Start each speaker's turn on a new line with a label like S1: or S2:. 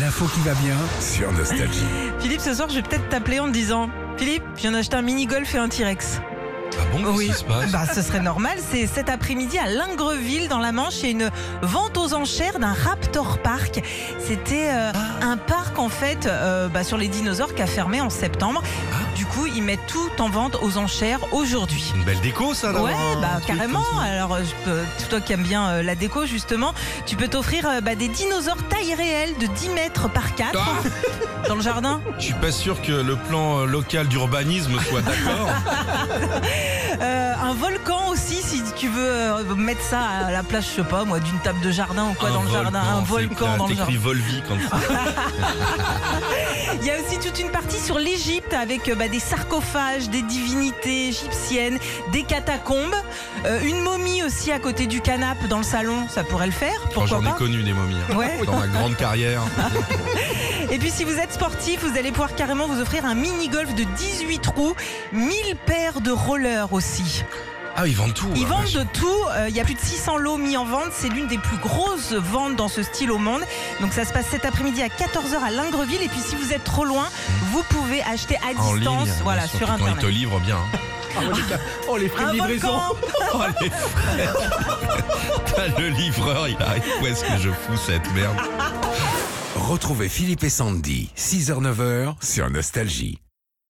S1: L'info qui va bien.
S2: sur Nostalgie.
S3: Philippe, ce soir, je vais peut-être t'appeler en te disant Philippe, je viens d'acheter un mini-golf et un T-Rex.
S4: Ah bon, qu'est-ce qui se passe
S3: Bah, ce serait normal. C'est cet après-midi à Lingreville, dans la Manche, il y a une vente aux enchères d'un Raptor Park. C'était euh, un parc, en fait, euh, bah, sur les dinosaures qui a fermé en septembre. Du coup, ils mettent tout en vente aux enchères aujourd'hui.
S4: Une belle déco, ça, d'avoir
S3: bah. Ouais,
S4: Ah un
S3: bah
S4: truc
S3: carrément.
S4: comme ça.
S3: Alors, je peux- toi qui aimes bien euh, la déco, justement, tu peux t'offrir euh, bah, des dinosaures taille réelle de 10 mètres par 4
S4: Ah.
S3: dans le jardin.
S4: Je suis pas sûr que le plan euh, local d'urbanisme soit d'accord.
S3: Euh, un volcan aussi, si tu veux euh, mettre ça à la place, je sais pas, moi, d'une table de jardin ou quoi
S4: Un
S3: dans le jardin. Un
S4: c'est
S3: volcan
S4: clair,
S3: dans le jardin. Ah,
S4: T'écris Volvi quand
S3: Il y a aussi toute une partie sur l'Égypte avec euh, bah, des sarcophages, des divinités égyptiennes, des catacombes, euh, une momie aussi à côté du canapé dans le salon, ça pourrait le faire.
S4: Enfin,
S3: Pourquoi
S4: J'en ai
S3: pas
S4: connu des momies. hein,
S3: Ouais.
S4: Dans ma grande carrière.
S3: Et puis si vous êtes sportif, vous allez pouvoir carrément vous offrir un mini-golf de 18 trous, 1000 paires de rollers aussi.
S4: Ah, ils vendent tout.
S3: Ils
S4: hein,
S3: vendent
S4: vache.
S3: de tout, euh, il y a plus de 600 lots mis en vente, c'est l'une des plus grosses ventes dans ce style au monde. Donc ça se passe cet après-midi à 14h à Lingreville et puis si vous êtes trop loin, vous pouvez acheter à
S4: Ah, En ligne.
S3: distance,
S4: bien
S3: voilà,
S4: sûr,
S3: sur
S4: puis quand
S3: internet.
S4: Ils te livrent bien. hein.
S1: Oh, les frais
S3: Un
S1: de livraison.
S3: volcan
S4: Oh les frères T'as le livreur, il arrive. Où est-ce que je fous cette merde
S2: Retrouvez Philippe et Sandy, 6h-9h sur Nostalgie.